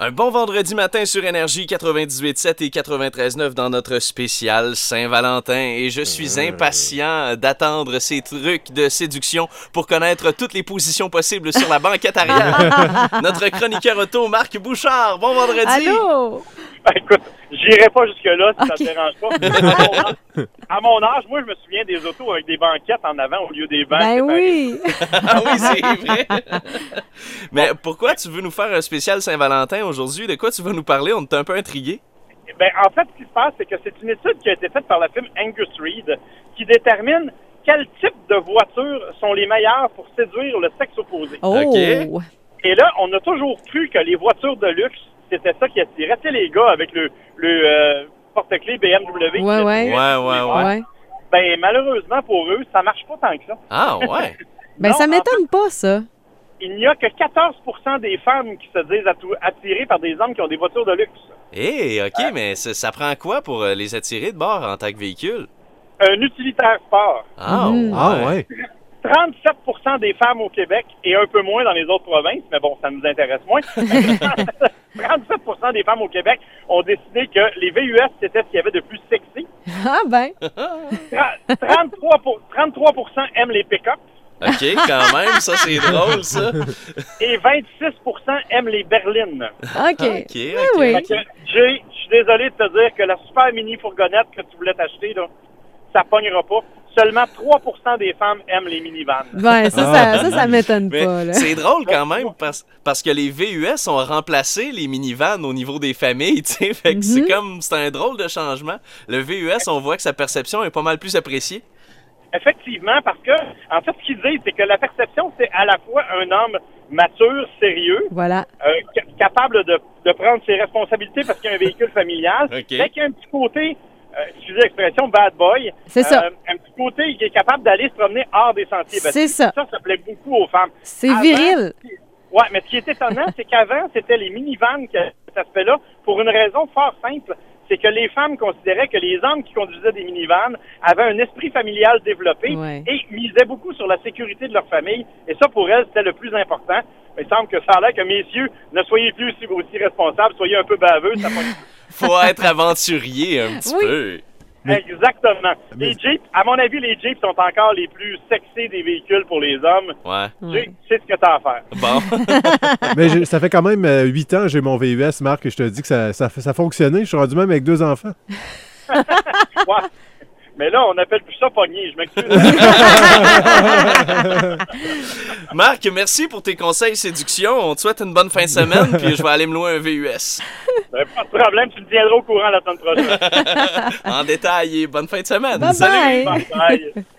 Un bon vendredi matin sur Énergie 98.7 et 93.9 dans notre spécial Saint-Valentin. Et je suis impatient d'attendre ces trucs de séduction pour connaître toutes les positions possibles sur la banquette arrière. notre chroniqueur auto, Marc Bouchard. Bon vendredi. Allô? Ben, écoute, j'irai pas jusque-là si ça Ok. te dérange pas. À mon âge- à mon âge, moi, je me souviens des autos avec des banquettes en avant au lieu des bancs. Ben séparés. oui! Ah oui, c'est vrai. Mais pourquoi tu veux nous faire un spécial Saint-Valentin aujourd'hui? De quoi tu vas nous parler? On est un peu intrigués. Ben, en fait, ce qui se passe, c'est que c'est une étude qui a été faite par la firme Angus Reid qui détermine quel type de voitures sont les meilleures pour séduire le sexe opposé. Oh! Ok. Et là, on a toujours cru que les voitures de luxe, c'était ça qui attirait Tu sais, les gars avec le, le euh, porte-clés BMW. qui Ouais, ouais. Ouais, ouais, ouais. Ouais. Ben, malheureusement pour eux, ça marche pas tant que ça. Ah ouais. Ben Non, ça en m'étonne pas, ça. il n'y a que 14 des femmes qui se disent atou- attirées par des hommes qui ont des voitures de luxe. Eh, OK, mais ça, ça prend quoi pour euh, les attirer de bord en tant que véhicule? Un utilitaire sport. Ah, Mhm. Ah ouais. 37 des femmes au Québec et un peu moins dans les autres provinces, mais bon, ça nous intéresse moins. 37 des femmes au Québec ont décidé que les VUS, c'était ce qu'il y avait de plus sexy. Ah ben! Tra- 33, pour- 33 aiment les pick-up OK, quand même, ça c'est drôle, ça. et 26 aiment les berlines. OK. OK, Ben OK. oui. Fait que, Jay, je suis désolé de te dire que la super mini fourgonnette que tu voulais t'acheter, là, ça pognera pas. Seulement 3 des femmes aiment les minivans. Ben ça, ça, ça, ça m'étonne Ah, Mais pas, là. c'est drôle quand même parce, parce que les VUS ont remplacé les minivans au niveau des familles, tu sais. Fait que c'est Mhm. comme, c'est un drôle de changement. Le VUS, on voit que sa perception est pas mal plus appréciée. Effectivement, parce que, en fait, ce qu'ils disent, c'est que la perception, c'est à la fois un homme mature, sérieux, Voilà. euh, ca- capable de, de prendre ses responsabilités parce qu'il y a un véhicule familial, Ok. mais qui a un petit côté, euh, excusez l'expression, bad boy. C'est ça. Euh, un petit côté qui est capable d'aller se promener hors des sentiers. battus. C'est ça. Ça, ça plaît beaucoup aux femmes. C'est Avant- viril. Ouais, mais ce qui est étonnant, c'est qu'avant, c'était les minivans qui avaient cet aspect-là, pour une raison fort simple. C'est que les femmes considéraient que les hommes qui conduisaient des minivans avaient un esprit familial développé Ouais. et misaient beaucoup sur la sécurité de leur famille. Et ça, pour elles, c'était le plus important. Il semble que ça a l'air que, messieurs, ne soyez plus aussi, aussi responsables, soyez un peu baveux. Ça fonctionne. Faut être aventurier un petit Oui. peu. Mais- Exactement. Mais- Les Jeeps, à mon avis, les Jeeps sont encore les plus sexy des véhicules pour les hommes. Ouais. Ouais. Tu sais ce que t'as à faire. Bon. Mais j'ai- ça fait quand même euh, huit ans que j'ai mon VUS, Marc, et je te dis que ça, ça, ça fonctionnait. Je suis rendu même avec deux enfants. Ouais. Mais là, on appelle plus ça pogner. Je m'excuse. Marc, merci pour tes conseils séduction. On te souhaite une bonne fin de semaine, puis je vais aller me louer un VUS. Ben, pas de problème, tu me tiendras au courant la semaine prochaine. En détail et bonne fin de semaine. Bye Salut! bye! Bye bye.